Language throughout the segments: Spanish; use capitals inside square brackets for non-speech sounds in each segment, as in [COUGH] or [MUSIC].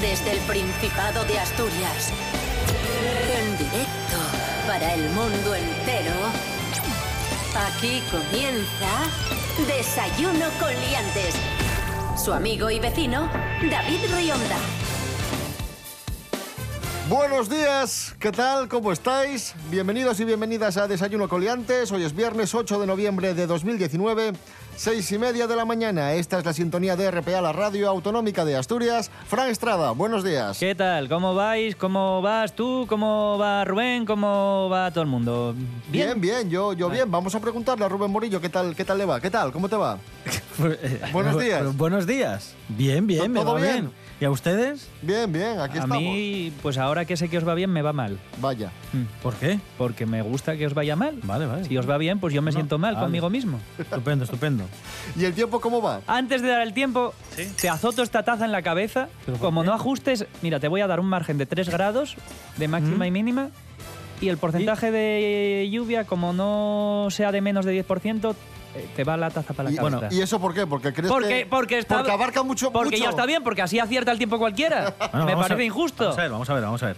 Desde el Principado de Asturias. En directo para el mundo entero. Aquí comienza Desayuno con Liantes. Su amigo y vecino, David Rionda. Buenos días, ¿qué tal? ¿Cómo estáis? Bienvenidos y bienvenidas a Desayuno Coliantes. Hoy es viernes 8 de noviembre de 2019, seis y media de la mañana. Esta es la sintonía de RPA, la radio autonómica de Asturias. Fran Estrada, buenos días. ¿Qué tal? ¿Cómo vais? ¿Cómo vas tú? ¿Cómo va Rubén? ¿Cómo va todo el mundo? Bien, bien, yo, yo bien. Vamos a preguntarle a Rubén Morillo qué tal, qué tal le va, qué tal, cómo te va. Buenos días. Bu- Pues, eh, Buenos días. Bien, bien, me ¿Todo va bien? bien? ¿Y a ustedes? Bien, bien, aquí a estamos. mí, pues ahora que sé que os va bien, me va mal. Vaya. ¿Por qué? Porque me gusta que os vaya mal. Vale, vale. Si os va bien, pues yo me No, siento mal vale. conmigo mismo. Estupendo, estupendo. ¿Y el tiempo cómo va? Antes de dar el tiempo, te azoto esta taza en la cabeza. ¿Pero por Como qué? no ajustes, mira, te voy a dar un margen de 3 grados de máxima y mínima. Y el porcentaje de lluvia, como no sea de menos de 10%, eh, te va la taza para la Y, cabeza. ¿y eso por qué? Porque crees Porque, que- porque está. Este, porque abarca mucho. Porque mucho. ya está bien, porque así acierta el tiempo [LAUGHS] cualquiera. Bueno, Me vamos a- parece injusto. Vamos a ver, vamos a ver, vamos a ver.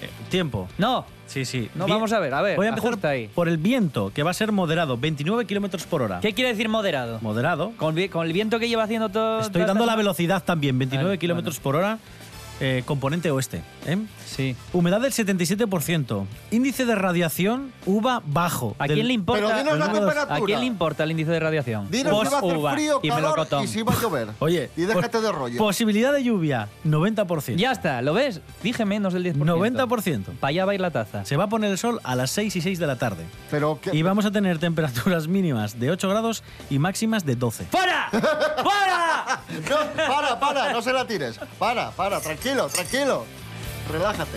Eh, tiempo. No, Sí, sí. no, Bien- vamos a ver, a ver. Voy a empezar ajusta ahí. por el viento, que va a ser moderado, 29 kilómetros por hora. ¿Qué quiere decir moderado? Moderado. Con, vi- con el viento que lleva haciendo todo. Estoy toda dando esta la velocidad también, 29 Vale, kilómetros por hora, eh, componente oeste. ¿eh? semana. Sí. Humedad del 77%. Índice de radiación, uva bajo. ¿A Del- quién le importa? Pues Pero dinos la ¿A temperatura. quién le importa el índice de radiación? Dinos si va a hacer uva frío, y calor melocotón. y si va a llover. Oye, Y déjate pues- de rollo. Posibilidad de lluvia, 90%. Ya está, ¿lo ves? Dije menos del 10%. 90%. Para allá va a ir la taza. Se va a poner el sol a las 6 y 6 de la tarde. Pero que- Y vamos a tener temperaturas mínimas de 8 grados y máximas de 12. [LAUGHS] ¡Fuera! ¡Fuera! No, para, para, no se la tires. Para, para, tranquilo, tranquilo. Relájate.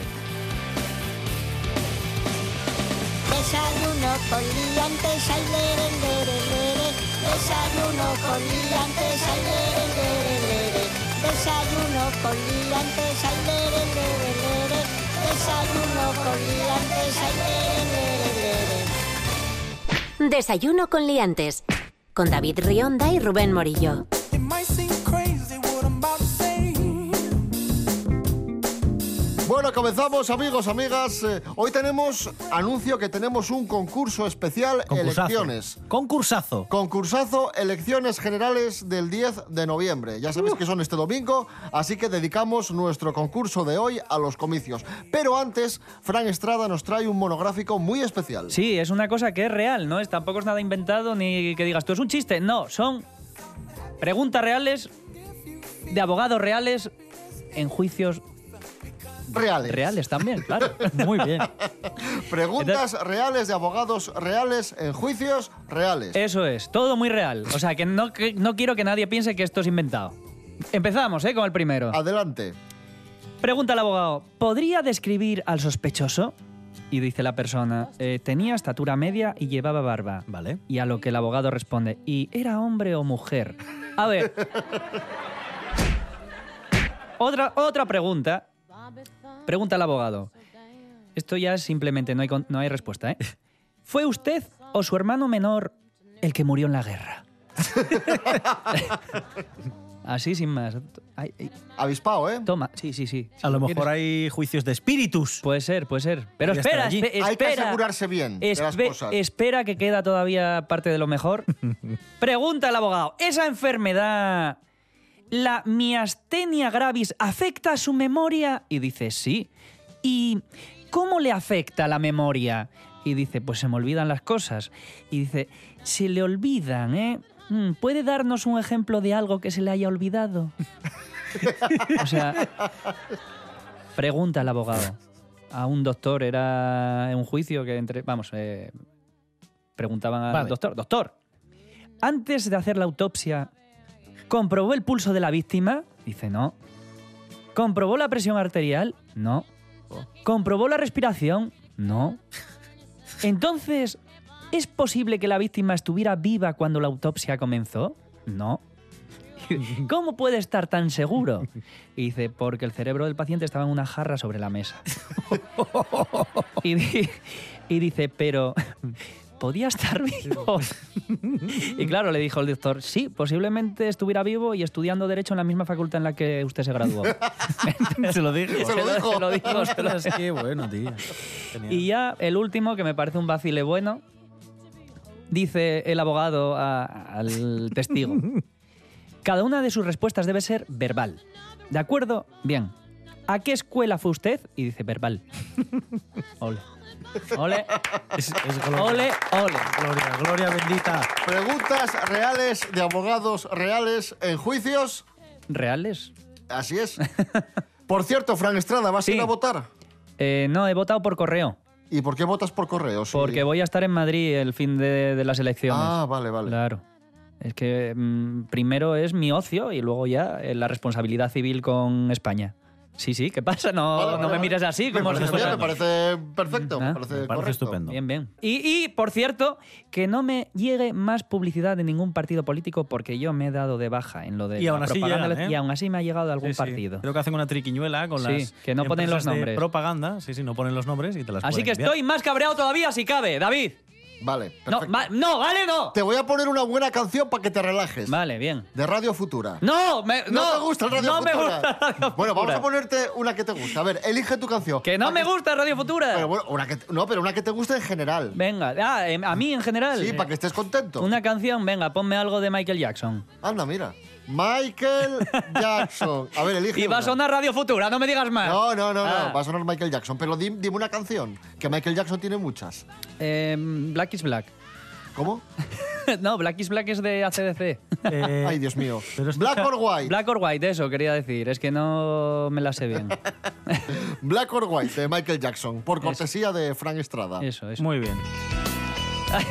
Desayuno con liantes, ay, lere, lere, lere. Desayuno con liantes, ay, lere, lere, lere. Desayuno con liantes, ay, lere, lere, lere. Desayuno con liantes, ay, lere, lere, lere. Desayuno con Liantes. Con David Rionda y Rubén Morillo. It might seem crazy what I'm about to say. Bueno, comenzamos, amigos, amigas. Eh, hoy tenemos, anuncio que tenemos un concurso especial, Concursazo. elecciones. Concursazo. Concursazo Elecciones Generales del 10 de noviembre. Ya sabéis que son este domingo, así que dedicamos nuestro concurso de hoy a los comicios. Pero antes, Fran Estrada nos trae un monográfico muy especial. Sí, es una cosa que es real, ¿no? Es, tampoco es nada inventado ni que digas, tú es un chiste. No, son preguntas reales de abogados reales en juicios Reales. reales también, claro. Muy bien. Preguntas reales de abogados reales en juicios reales. Eso es, todo muy real. O sea, que no, que no quiero que nadie piense que esto es inventado. Empezamos, ¿eh? Con el primero. Adelante. Pregunta al abogado, ¿podría describir al sospechoso? Y dice la persona, "Eh, tenía estatura media y llevaba barba. Vale. Y a lo que el abogado responde, ¿y era hombre o mujer? A ver. otra, otra pregunta. Pregunta al abogado. Esto ya es simplemente no hay, con- no hay respuesta, ¿eh? ¿Fue usted o su hermano menor el que murió en la guerra? [LAUGHS] Así sin más. Ay, ay, Avispao, ¿eh? toma, sí, sí, sí. Si A lo quieres- mejor hay juicios [LAUGHS] de espíritus. Puede ser, puede ser. Pero Ya espera, estará allí. espe- espera. Hay que asegurarse bien de las Espe- cosas. Espera que queda todavía parte de lo mejor. Pregunta al abogado, ¿esa enfermedad, la miastenia gravis, afecta a su memoria? Y dice, sí. ¿Y cómo le afecta la memoria? Y dice, pues se me olvidan las cosas. Y dice, se le olvidan, ¿eh? Mm, ¿Puede darnos un ejemplo de algo que se le haya olvidado? o sea, pregunta al abogado. A un doctor era un juicio que entre... Vamos, eh, preguntaban al Vale. doctor, doctor, antes de hacer la autopsia, ¿comprobó el pulso de la víctima? Dice, no. ¿Comprobó la presión arterial? No. ¿Comprobó la respiración? No. Entonces, ¿es posible que la víctima estuviera viva cuando la autopsia comenzó? No. ¿Cómo puede estar tan seguro? Y dice, porque el cerebro del paciente estaba en una jarra sobre la mesa. Y, di- y dice, pero podía estar vivo. y claro, le dijo el doctor, sí, posiblemente estuviera vivo y estudiando derecho en la misma facultad en la que usted se graduó. Ah, Se lo dije. [LAUGHS] Se lo [LAUGHS] dijo. Se lo dijo, se lo dijo. [LAUGHS] Qué bueno, tío. Y [LAUGHS] Genial. ya el último, que me parece un vacile bueno, dice el abogado a- al testigo. Cada una de sus respuestas debe ser verbal. ¿De acuerdo? Bien. ¿A qué escuela fue usted? Y dice verbal. [LAUGHS] Ole. Ole, Es- es gloria. ole, ole. Gloria, gloria bendita. Preguntas reales de abogados reales en juicios. ¿Reales? Así [LAUGHS] es. Por cierto, Fran Estrada, ¿vas a Sí. ir a votar? Eh, no, he votado por correo, ¿Y por qué votas por correo? Sí. porque voy a estar en Madrid el fin de, de las elecciones. Ah, vale, vale. Claro. Es que mm, primero es mi ocio y luego ya eh, la responsabilidad civil con España. Sí, sí, ¿qué pasa? No, Vale, no vale, me vale. mires así Me como si parece, bien, me fuera- parece perfecto. Ah, Me parece, me parece correcto. estupendo. Bien, bien. Y, y, por cierto, que no me llegue más publicidad de ningún partido político porque yo me he dado de baja en lo de Y la aún así propaganda llegan, ¿eh? y aún así me ha llegado algún Sí, sí. partido. Creo que hacen una triquiñuela con Sí, las. que no ponen los empresas de nombres. propaganda, sí, sí, no ponen los nombres y te las Así pueden que enviar. estoy más cabreado todavía si cabe, David. Vale, No, perfecto. ma- no, vale, no. Te voy a poner una buena canción para que te relajes. Vale, bien. De Radio Futura. No, me, No, no te gusta el Radio no me Futura. gusta el Radio Bueno, vamos Futura. a ponerte una que te gusta. A ver, elige tu canción. Que no Pa' me gusta Radio Futura. Pero bueno, una que te- no, pero una que te guste en general. Venga, ah, em, a mí en general. Sí, para que estés contento. Una canción, venga, ponme algo de Michael Jackson. Anda, mira. [LAUGHS] Michael Jackson. A ver, elige. Y va a una. sonar Radio Futura, no me digas más. No, no, no, Ah, no. Va a sonar Michael Jackson. Pero di- dime una canción. Que Michael Jackson tiene muchas. em, Black is Black. [LAUGHS] ¿Cómo? no, Black is Black es [LAUGHS] de ACDC. Eh, Ay, Dios mío. pero es- Black or White. Black... Black or White, eso quería decir. Es que no me la [LAUGHS] sé bien. or White de Michael Jackson. Por cortesía de Frank Estrada. Eso, eso. Muy bien.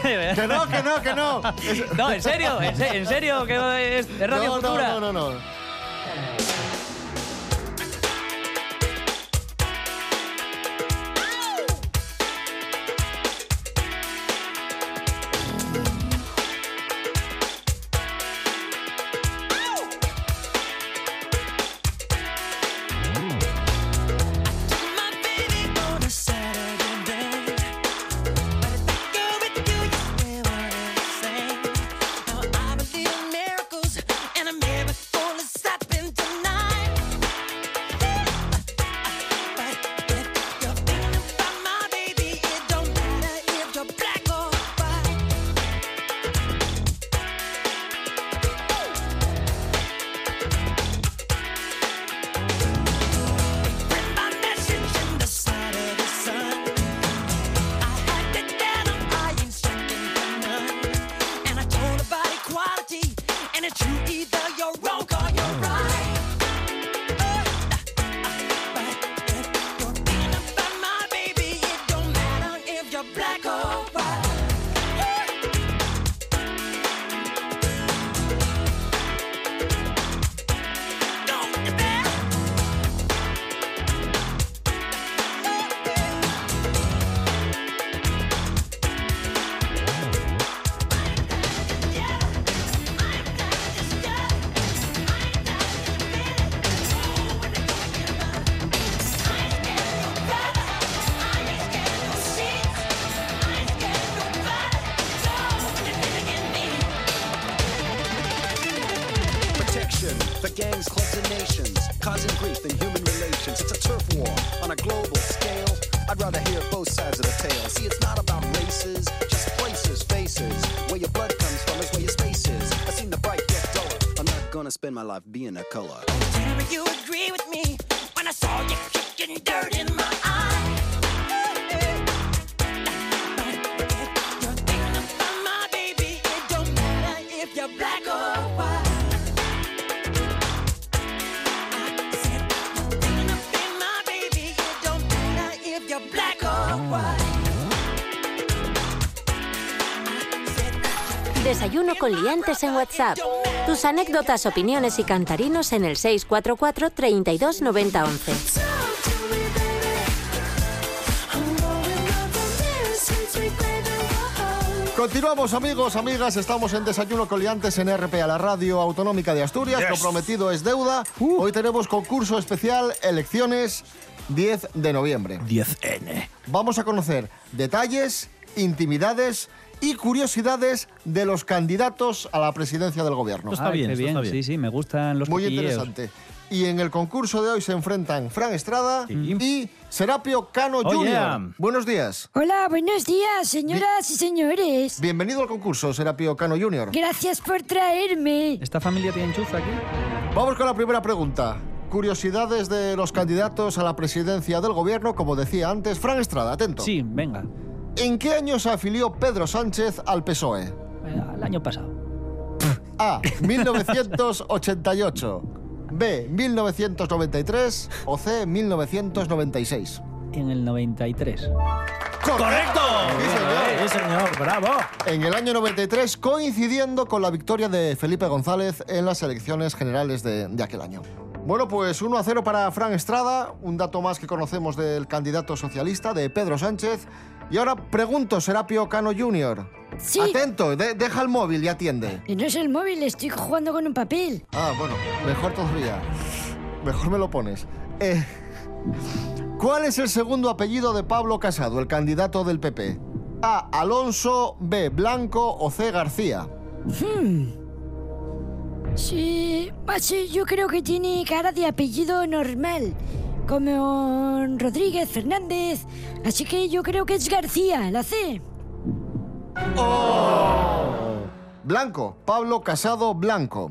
Que no, que no, que no. Es- [LAUGHS] no, en serio, en, se- en serio, que es, es Radio no, Futura. No, no, no, no. Black or white. My message in the sight of the sun. I had to get up, I ain't second for none. And I told about equality, and it's you either you're wrong or you're right. But if you're thinking about my baby, it don't matter if you're black or white. Don't you dare protection. The gangs clubs and nations, causing grief in human relations. It's a turf war on a global scale. I'd rather hear both sides of the tale. See, it's not about races, just places, faces. Where your blood comes from is where your space is. I've seen the bright get duller. I'm not gonna spend my life being a color. Didn't you agree with me when I saw you kicking dirt in my eye? You're thinking about my baby. It don't matter if you're black or white. I said you're thinking about my baby. It don't matter if you're black or white. I said Desayuno con liantes en WhatsApp. Tus anécdotas, opiniones y cantarinos en el 644 32 90 11. talk to me, baby. I'm rolling up the mirror since we played the wall. Continuamos amigos, amigas, estamos en Desayuno Coliantes en RPA, la radio autonómica de Asturias. Lo prometido es deuda. Uh. Hoy tenemos concurso especial, elecciones 10 de noviembre. 10N. Vamos a conocer detalles, intimidades y curiosidades de los candidatos a la presidencia del gobierno. Está Ay, bien, Ah, qué esto bien. está bien. Sí, sí, me gustan los Muy cotilleos. interesante. Y en el concurso de hoy se enfrentan Fran Estrada y Serapio Cano Oh, Jr. yeah. Buenos días. Hola, buenos días, señoras y señores. Bienvenido al concurso, Serapio Cano Jr. Gracias por traerme. ¿Esta familia tiene enchufe aquí? Vamos con la primera pregunta. Curiosidades de los candidatos a la presidencia del gobierno, como decía antes, Fran Estrada, atento. Sí, venga. ¿En qué año se afilió Pedro Sánchez al PSOE? Eh, El año pasado. E? A. 1988. B. 1993. O C. 1996. En el 93. ¡Correcto! Sí, señor. Sí, señor, bravo. En el año 93, coincidiendo con la victoria de Felipe González en las elecciones generales de, de aquel año. Bueno, pues 1 a 0 para Fran Estrada, un dato más que conocemos del candidato socialista, de Pedro Sánchez. Y ahora pregunto, Serapio Cano Jr. Sí. Atento, de- deja el móvil y atiende. Y no es el móvil, estoy jugando con un papel. Ah, bueno, mejor todavía. Mejor me lo pones. Eh, ¿Cuál es el segundo apellido de Pablo Casado, el candidato del PP? A. Alonso, B. Blanco o C. García. Sí, ah, sí, yo creo que tiene cara de apellido normal, como Rodríguez Fernández. Así que yo creo que es García, la C. Blanco, Pablo Casado Blanco.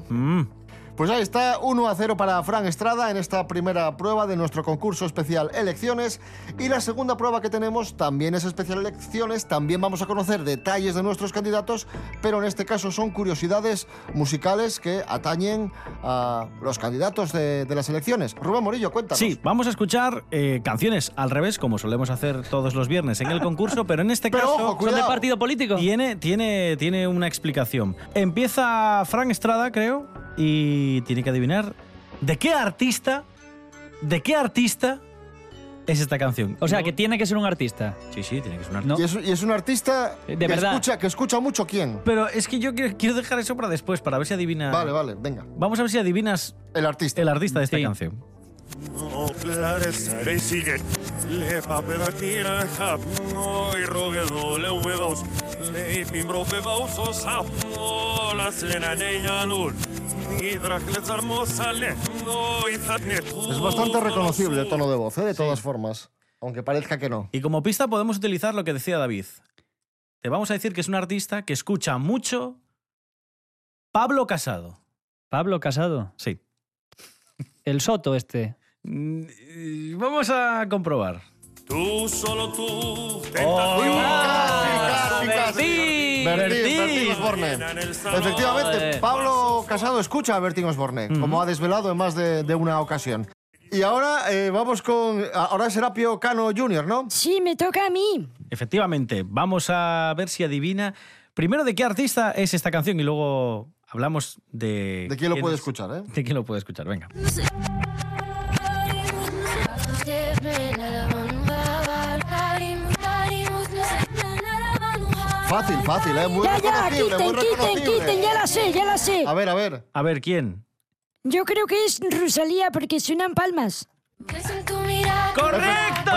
Pues ahí está, 1 a 0 para Fran Estrada en esta primera prueba de nuestro concurso especial Elecciones. Y la segunda prueba que tenemos también es especial Elecciones. También vamos a conocer detalles de nuestros candidatos, pero en este caso son curiosidades musicales que atañen a los candidatos de, de las elecciones. Rubén Morillo, cuéntanos. Sí, vamos a escuchar eh, canciones al revés, como solemos hacer todos los viernes en el concurso, pero en este Pero caso ojo, ¿Son de Cuidado. partido político? tiene, tiene, tiene una explicación. Empieza Frank Estrada, creo, y tiene que adivinar de qué artista, de qué artista es esta canción. O sea, que tiene que ser un artista. Sí, sí, tiene que sonar. No. Y es, y es un artista De que, verdad. Escucha, que escucha mucho quién. Pero es que yo quiero, quiero dejar eso para después, para ver si adivina. Vale, vale, venga. Vamos a ver si adivinas El artista. Ah. el artista de esta Sí. canción. Es bastante reconocible el tono de voz, ¿eh? de todas formas. Aunque parezca que no. Y como pista podemos utilizar lo que decía David. Te vamos a decir que es un artista que escucha mucho Pablo Casado. Pablo Casado. Sí. El Soto este. Mm, Vamos a comprobar. Tú, solo tú, Casi, casi, Bertín, Bertín. Bertín. Bertín Osborne. Efectivamente, Joder. Pablo Casado escucha a Bertín Osborne, como ha desvelado en más de, de una ocasión. Y ahora eh, vamos con. Ahora es Serapio Cano Jr., ¿no? Sí, me toca a mí. Efectivamente, vamos a ver si adivina primero de qué artista es esta canción y luego hablamos de... De quién lo puede es- escuchar, ¿eh? De quién lo puede escuchar, venga. Fácil, fácil, ¿eh? Muy Ya, ya, reconocible, muy quiten, quiten, reconocible. quiten, ya la sé, ya la sé. A ver, a ver. A ver, ¿quién? Yo creo que es Rosalía porque suenan palmas. ¡Correcto!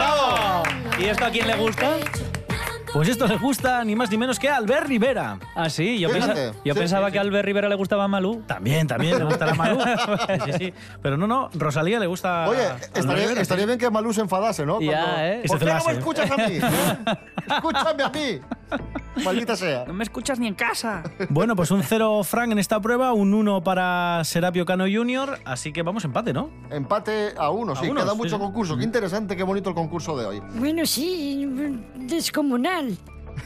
¿Y esto a quién le gusta? Pues esto le gusta ni más ni menos que a Albert Rivera. Ah, sí, yo, Fíjate. pensa- yo Sí, pensaba sí, que a Albert Rivera le gustaba Malú. También, también le gusta la Malú. Sí, sí, sí. Pero no, no, Rosalía le gusta... Oye, a Albert estaría, Rivera, estaría Ah, sí. bien que Malú se enfadase, ¿no? Ya, ¿eh? Que ¿Por se qué no me celase. escuchas a mí? ¡Escúchame a mí! Maldita sea. me escuchas ni en casa. [LAUGHS] Bueno, pues un 0 Frank en esta prueba, un 1 para Serapio Cano Jr., así que vamos empate, ¿no? Empate a uno, sí. uno, queda sí, mucho sí. concurso. Qué interesante, qué bonito el concurso de hoy. Bueno, sí, descomunal.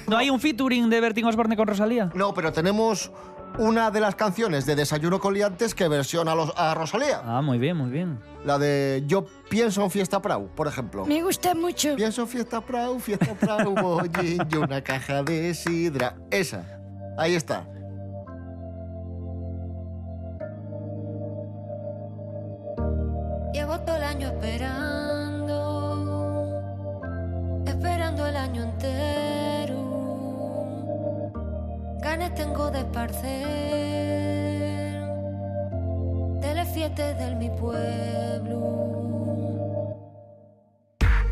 ¿No hay un featuring de Bertín Osborne con Rosalía? No, pero tenemos una de las canciones de Desayuno con Liantes que versiona a, los- a Rosalía. Ah, muy bien, muy bien. La de Yo pienso en Fiesta Prau, por ejemplo. Me gusta mucho. Pienso en Fiesta Prau, Fiesta [LAUGHS] Prau, bollín y una caja de sidra. Esa. Ahí está. Llevo todo el año esperando, esperando el año entero. Ganas tengo de esparcer de las fiestas de mi pueblo.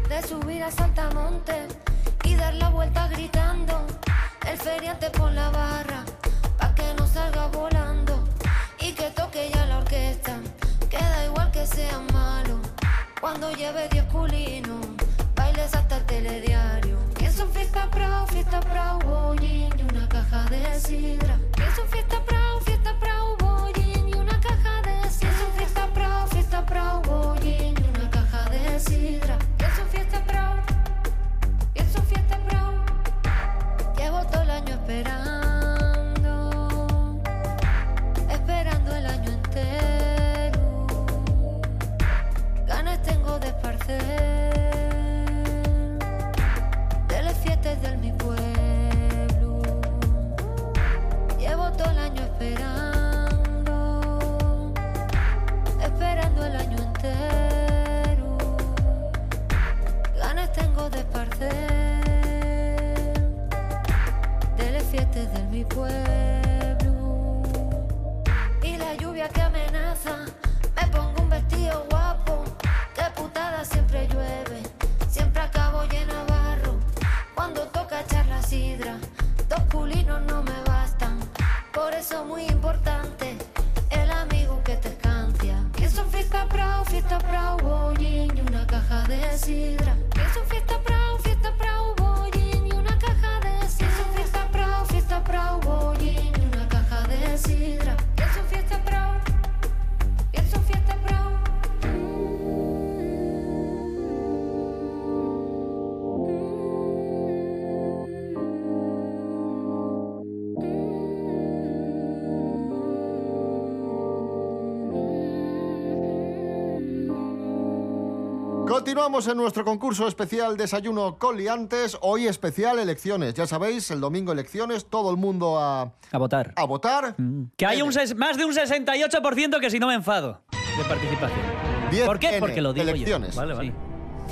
De subir a Saltamonte y dar la vuelta gritando, el feriante por la barra, pa' que no salga volando y que toque ya la orquesta. Queda igual que sea malo cuando lleve diez culinos, bailes hasta el telediario. Que son fiesta pro, fiesta pro, bollín y una caja de sidra. Que son fiesta pro, fiesta pro, bollín y una caja de sidra. Que son fiesta pro, fiesta pro, bollín y una caja de sidra. Que son fiesta pro, que son fiesta pro. Llevo todo el año esperando, esperando el año entero. Ganas tengo de esparcer de las fiestas de mi pueblo. Llevo todo el año esperando, esperando el año entero. Ganas tengo de esparcer de las fiestas de mi pueblo. Y la lluvia que amenaza, me pongo un vestido guapo. Qué putada siempre llueve, siempre acabo llena de barro. Cuando toca echar la sidra, dos culinos no me bastan. Por eso muy importante, el amigo que te cantia. Que son fiesta pro, fiesta pro, bollín y una caja de sidra. Que son fiesta pro, fiesta pro, bollín y una caja de sidra. Que son fiesta pro, fiesta pro, bollín y una caja de sidra. Que son fiesta pro, que son fiesta pro. Continuamos en nuestro concurso especial Desayuno Coliantes. Hoy especial elecciones. Ya sabéis, el domingo elecciones, todo el mundo a, A votar. a votar. Que hay un ses- más de un 68% que si no me enfado de participación. 10 ¿Por qué? N, Porque lo digo elecciones. yo. Vale, vale.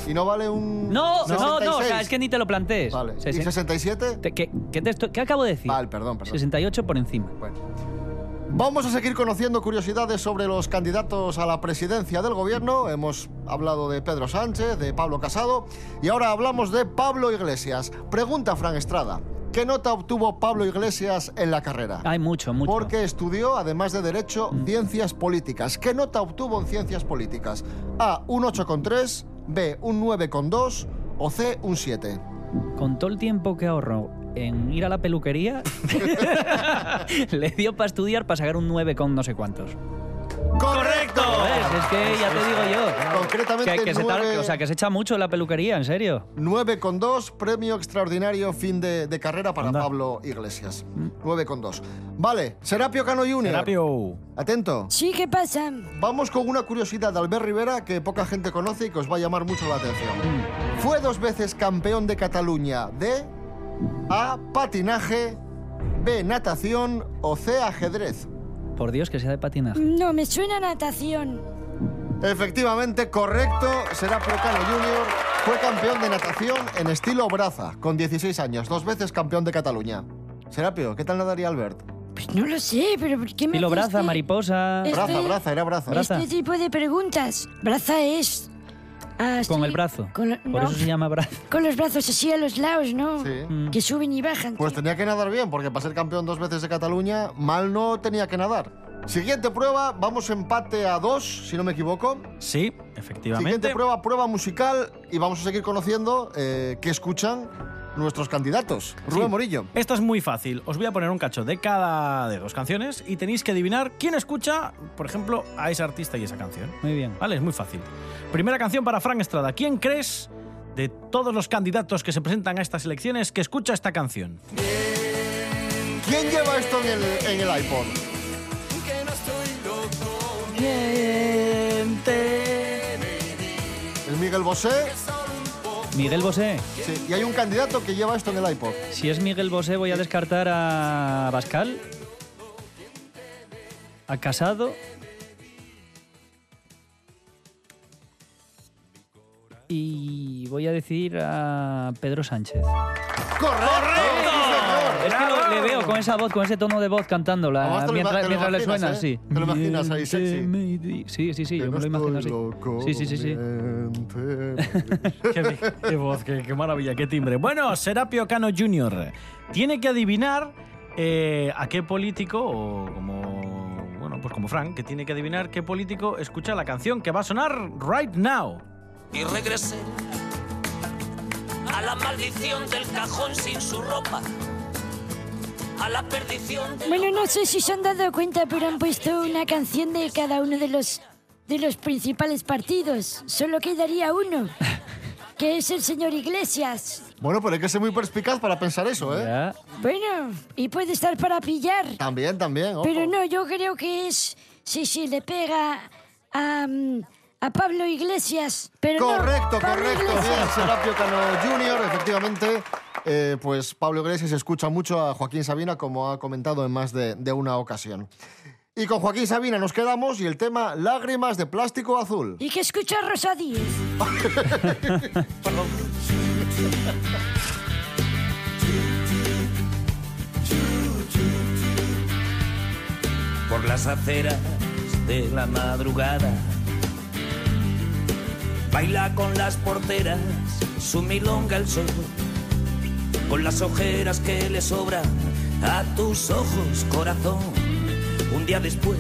Sí. Y no vale un. No, no, no, o sea, 66. es que ni te lo plantees. Vale. Se- ¿Y se- 67? te- ¿Qué, qué te estoy- qué acabo de decir? Vale, perdón, perdón. 68 por encima. Bueno. Vamos a seguir conociendo curiosidades sobre los candidatos a la presidencia del gobierno. Hemos hablado de Pedro Sánchez, de Pablo Casado y ahora hablamos de Pablo Iglesias. Pregunta Fran Estrada. ¿Qué nota obtuvo Pablo Iglesias en la carrera? Hay mucho, mucho. Mm. Porque estudió, además de Derecho, Ciencias Políticas. ¿Qué nota obtuvo en Ciencias Políticas? A, un 8,3, B, un 9,2 o C, un 7. Con todo el tiempo que ahorro en ir a la [LAUGHS] peluquería, le dio para estudiar para sacar un 9 con no sé cuántos. ¡Correcto! ¿Ves? Es que ya te digo yo. Concretamente, Que, que se tar- nueve- o sea, que se echa mucho en la peluquería, en serio. 9,2, premio extraordinario fin de, de carrera para Pablo Iglesias. 9,2. Vale, Serapio Cano Jr. Serapio. Atento. Sí, ¿qué pasa? Vamos con una curiosidad de Albert Rivera que poca gente conoce y que os va a llamar mucho la atención. Fue dos veces campeón de Cataluña de A. Patinaje, B. Natación o C. Ajedrez. Por Dios, que sea de patinaje. No, me suena a natación. Efectivamente, correcto, será Procano Jr. Fue campeón de natación en estilo braza, con 16 años, dos veces campeón de Cataluña. Serapio, ¿qué tal nadaría Albert? Pues no lo sé, pero ¿por qué me Filo haces braza, este- mariposa. Es- Braza, Estoy- braza, era braza. Braza. Este tipo de preguntas. Braza es... ah, Con sí, el brazo. Con, lo- Por no, eso se llama brazo. con los brazos así a los lados, ¿no? Sí. Que suben y bajan. Pues tenía que nadar bien, porque para ser campeón dos veces de Cataluña, mal no tenía que nadar. Siguiente prueba, vamos empate a dos, si no me equivoco. Sí, efectivamente. Siguiente prueba, prueba musical, y vamos a seguir conociendo eh, qué escuchan nuestros candidatos. Rubén Morillo. Esta es muy fácil. Os voy a poner un cacho de cada de dos canciones y tenéis que adivinar quién escucha, por ejemplo, a ese artista y esa canción. Muy bien. Vale, es muy fácil. Primera canción para Frank Estrada. ¿Quién crees de todos los candidatos que se presentan a estas elecciones que escucha esta canción? ¿Quién lleva esto en el, en el iPhone? ¿El Miguel Bosé? Miguel Bosé. Sí. Y hay un candidato que lleva esto en el iPod. Si es Miguel Bosé, voy a descartar a Bascal, a Casado y voy a decir a Pedro Sánchez. ¡Correcto! Es que lo- le veo con esa voz, con ese tono de voz cantándola Además, te lo ima- mientras, te lo mientras le imaginas, suena, ¿eh? sí. Te lo imaginas ahí, sexy. Sí, sí, sí, yo me lo imagino así. Sí, sí, sí, sí. qué, qué voz, qué, qué maravilla, qué timbre. Bueno, Serapio Cano Jr., tiene que adivinar eh, a qué político, o como. Bueno, pues como Frank, que tiene que adivinar qué político escucha la canción que va a sonar right now. y regresé a la maldición del cajón sin su ropa, a la perdición de Bueno, no sé si se han dado cuenta, pero han puesto una canción de cada uno de los, de los principales partidos. Solo quedaría uno, que es el señor Iglesias. Bueno, pero hay que ser muy perspicaz para pensar eso, ¿eh? Ya. Bueno, y puede estar para pillar, También, también. ojo. Oh. pero no, yo creo que es... Sí, sí, le pega a, mm, a Pablo Iglesias, pero no, Correcto, Pablo correcto. Iglesias. Bien, Serapio Cano Jr., efectivamente. eh, pues Pablo Iglesias escucha mucho a Joaquín Sabina, como ha comentado en más de, de una ocasión. Y con Joaquín Sabina nos quedamos y el tema Lágrimas de Plástico Azul. Y que escucha a Rosa Díez. por las aceras de la madrugada. Baila con las porteras, su milonga el sol, con las ojeras que le sobran a tus ojos, corazón. Un día después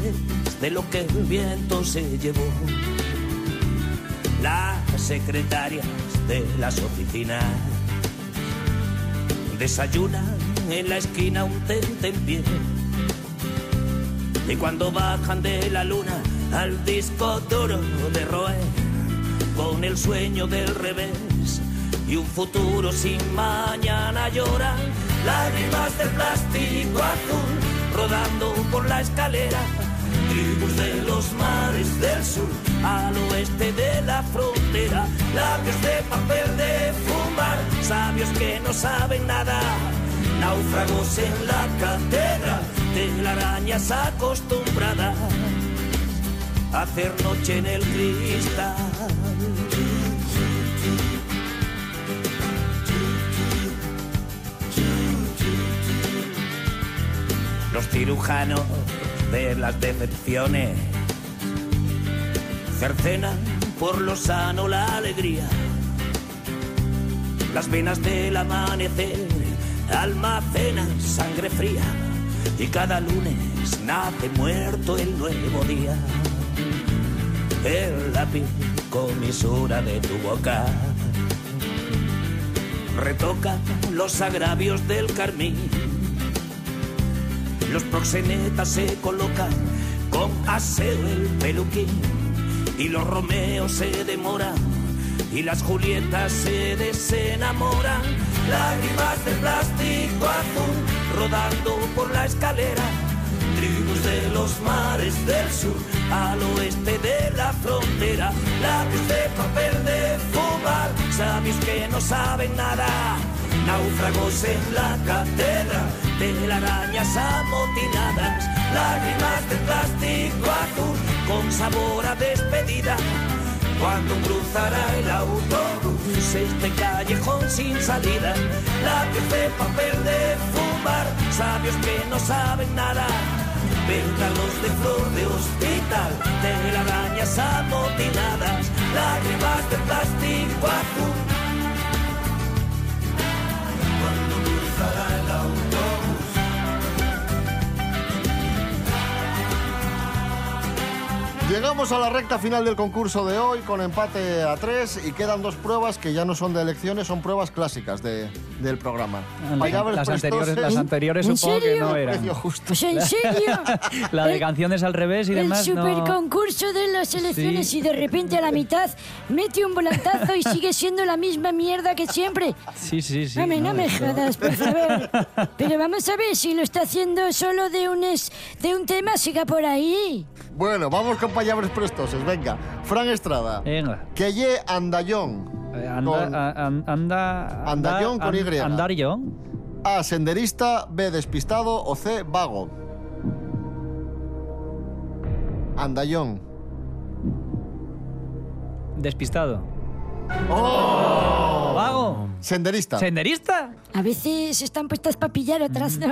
de lo que el viento se llevó, las secretarias de las oficinas desayunan en la esquina un tente en pie. Y cuando bajan de la luna al disco duro de Roe, con el sueño del revés y un futuro sin mañana lloran lágrimas de plástico azul rodando por la escalera. Tribus de los mares del sur al oeste de la frontera, labios de papel de fumar, sabios que no saben nada. Náufragos en la catedral, telarañas acostumbradas a hacer noche en el cristal. Los cirujanos de las decepciones cercenan por lo sano la alegría las venas del amanecer almacenan sangre fría y cada lunes nace muerto el nuevo día. El lápiz comisura de tu boca retoca los agravios del carmín. Los proxenetas se colocan con aseo el peluquín y los romeos se demoran y las julietas se desenamoran. Lágrimas de plástico azul rodando por la escalera. Tribus de los mares del sur al oeste de la frontera. Labios de papel de fumar, sabios que no saben nada. Náufragos en la catedral, telarañas amotinadas, lágrimas de plástico azul con sabor a despedida. Cuando cruzará el autobús este callejón sin salida, lápiz de papel de fumar, sabios que no saben nada. Pétalos de flor de hospital, telarañas amotinadas, lágrimas de plástico azul. Cuando cruzará el autobús Llegamos a la recta final del concurso de hoy con empate a tres y quedan dos pruebas que ya no son de elecciones, son pruebas clásicas de- del programa. Variables Las anteriores, prestoses, las anteriores ¿En supongo que serio? no eran. precio justo. O sea, Pues, [LAUGHS] ¿en serio? La de El- canciones al revés y El demás no. superconcurso de las elecciones Sí. y de repente a la mitad mete un volantazo y sigue siendo la misma mierda que siempre. Sí, sí, sí. no me, no no, me esto- jodas, por [LAUGHS] favor. Pero vamos a ver si lo está haciendo solo de un, es- de un tema, siga por ahí. Bueno, vamos con payabres prestoses, venga. Fran Estrada. Venga. Que ye andallón. Eh, Anda, Con a- an- anda, Andallón con Y. Andar yo. A, senderista, B, despistado o C, vago. Andallón. Despistado. ¡Oh! ¡Vago! Senderista. ¿Senderista? A veces están puestas para pillar, otras [LAUGHS] no.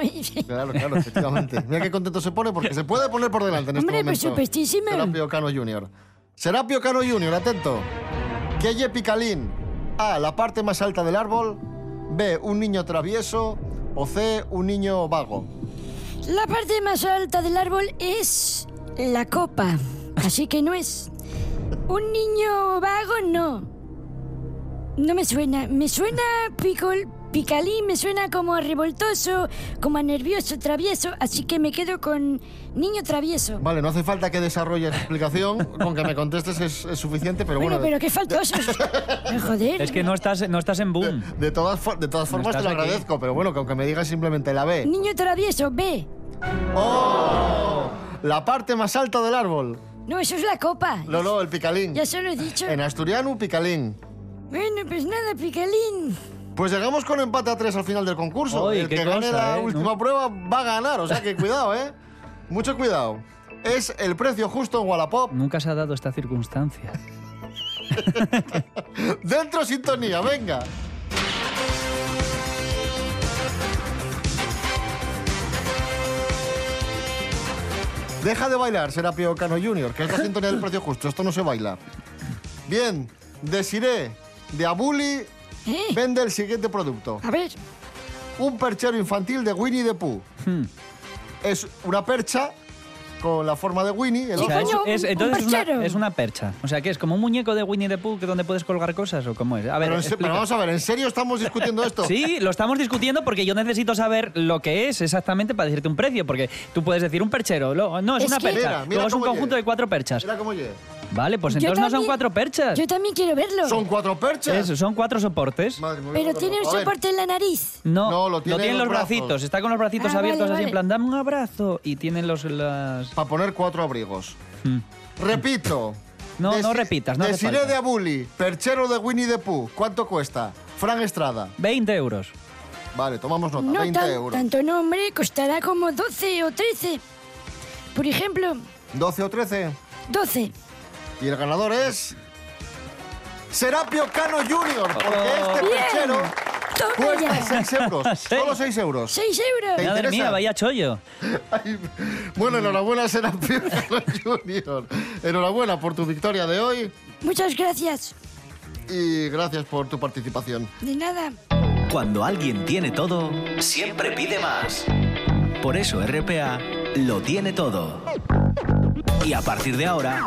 Claro, claro, [LAUGHS] efectivamente. Mira qué contento se pone porque se puede poner por delante en este Hombre, por momento. supuestísimo. Serapio Cano Jr. Serapio Cano Jr., atento. Que ye picalín. A, la parte más alta del árbol. B, un niño travieso. O C, un niño vago. La parte más alta del árbol es la copa. Así que no es. Un niño vago, no. No me suena. Me suena picol, picalín, me suena como a revoltoso, como a nervioso, travieso. Así que me quedo con niño travieso. Vale, no hace falta que desarrolles la explicación, con que me contestes es, es suficiente, pero bueno. Bueno, pero qué faltosos. Eh, Joder. Es que no estás, no estás en boom. de, todas, for- de todas formas te estás lo aquí. agradezco, pero bueno, que aunque me digas simplemente la B. Niño travieso, ve. Oh, La parte más alta del árbol. No, eso es la copa. No, no, el picalín. Ya se lo he dicho. En asturiano, picalín. Bueno, pues nada, picalín. Pues llegamos con empate a tres al final del concurso. Oy, el qué que gane cosa, la ¿eh? última No. prueba va a ganar, o sea que cuidado, ¿eh? Mucho cuidado. Es el precio justo en Wallapop. Nunca se ha dado esta circunstancia. Dentro sintonía, venga. Deja de bailar, Serapio Cano Jr., que es la sintonía del precio justo. Esto no se baila. Bien, Desiré de Abuli ¿Eh? vende el siguiente producto. A ver. Un perchero infantil de Winnie the Pooh. Hmm. Es una percha con la forma de Winnie, el Sí, ojo. coño, un- un entonces es perchero. una, es una percha. O sea, que es como un muñeco de Winnie the Pooh que donde puedes colgar cosas o cómo es. A ver, Pero, en se- pero explica. vamos a ver, ¿en serio estamos [LAUGHS] discutiendo esto? Sí, lo estamos discutiendo porque yo necesito saber lo que es exactamente para decirte un precio, porque tú puedes decir un perchero, luego- no, es, Es una que- percha, Mira, mira luego es un cómo conjunto llega. de cuatro perchas. Mira cómo llega. Vale, pues Yo entonces no son también- cuatro perchas, Yo también quiero verlo. Son cuatro perchas. Es- son cuatro soportes. Madre mía, Pero no, tiene un a ver, soporte en la nariz. No, No, lo tiene en en los los brazos. bracitos, está con los bracitos Ah, abiertos vale, así en vale. plan, dame un abrazo y tienen los... Las... Para poner cuatro abrigos. Mm. Repito. No, Desi- no repitas, no hace Desiré falta. de Abuli, perchero de Winnie the Pooh. ¿Cuánto cuesta? Fran Estrada. 20 euros. Vale, tomamos nota. No 20 tan- euros. tanto nombre, costará como 12 o 13. Por ejemplo, 12 o 13. 12. Y el ganador es... Serapio Cano Jr. Porque este ¡Bien! perchero ¡Toma cuesta ya! 6 euros. Oh. [LAUGHS] Sí. Solo 6 euros. 6 ¿Te euros. Madre interesa? mía, vaya chollo. Ay, bueno, enhorabuena Serapio Cano Jr. Enhorabuena por tu victoria de hoy Muchas gracias. y gracias por tu participación. De nada. Cuando alguien tiene todo, siempre pide más. Por eso RPA lo tiene todo. Y a partir de ahora,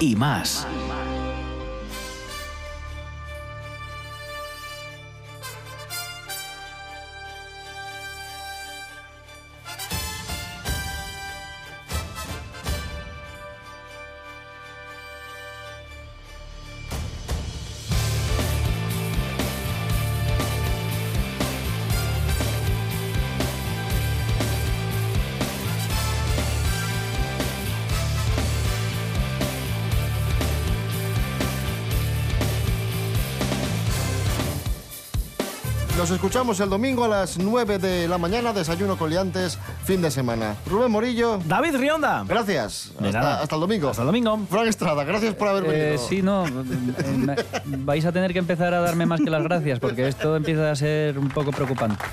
y más. Nos escuchamos el domingo a las 9 de la mañana, desayuno coliantes, fin de semana. Rubén Morillo, David Rionda. gracias. De Hasta, nada. hasta el domingo. Hasta el domingo. Frank Estrada, gracias por haber venido. Eh, sí, no. eh, me- vais a tener que empezar a darme más que las gracias porque esto empieza a ser un poco preocupante.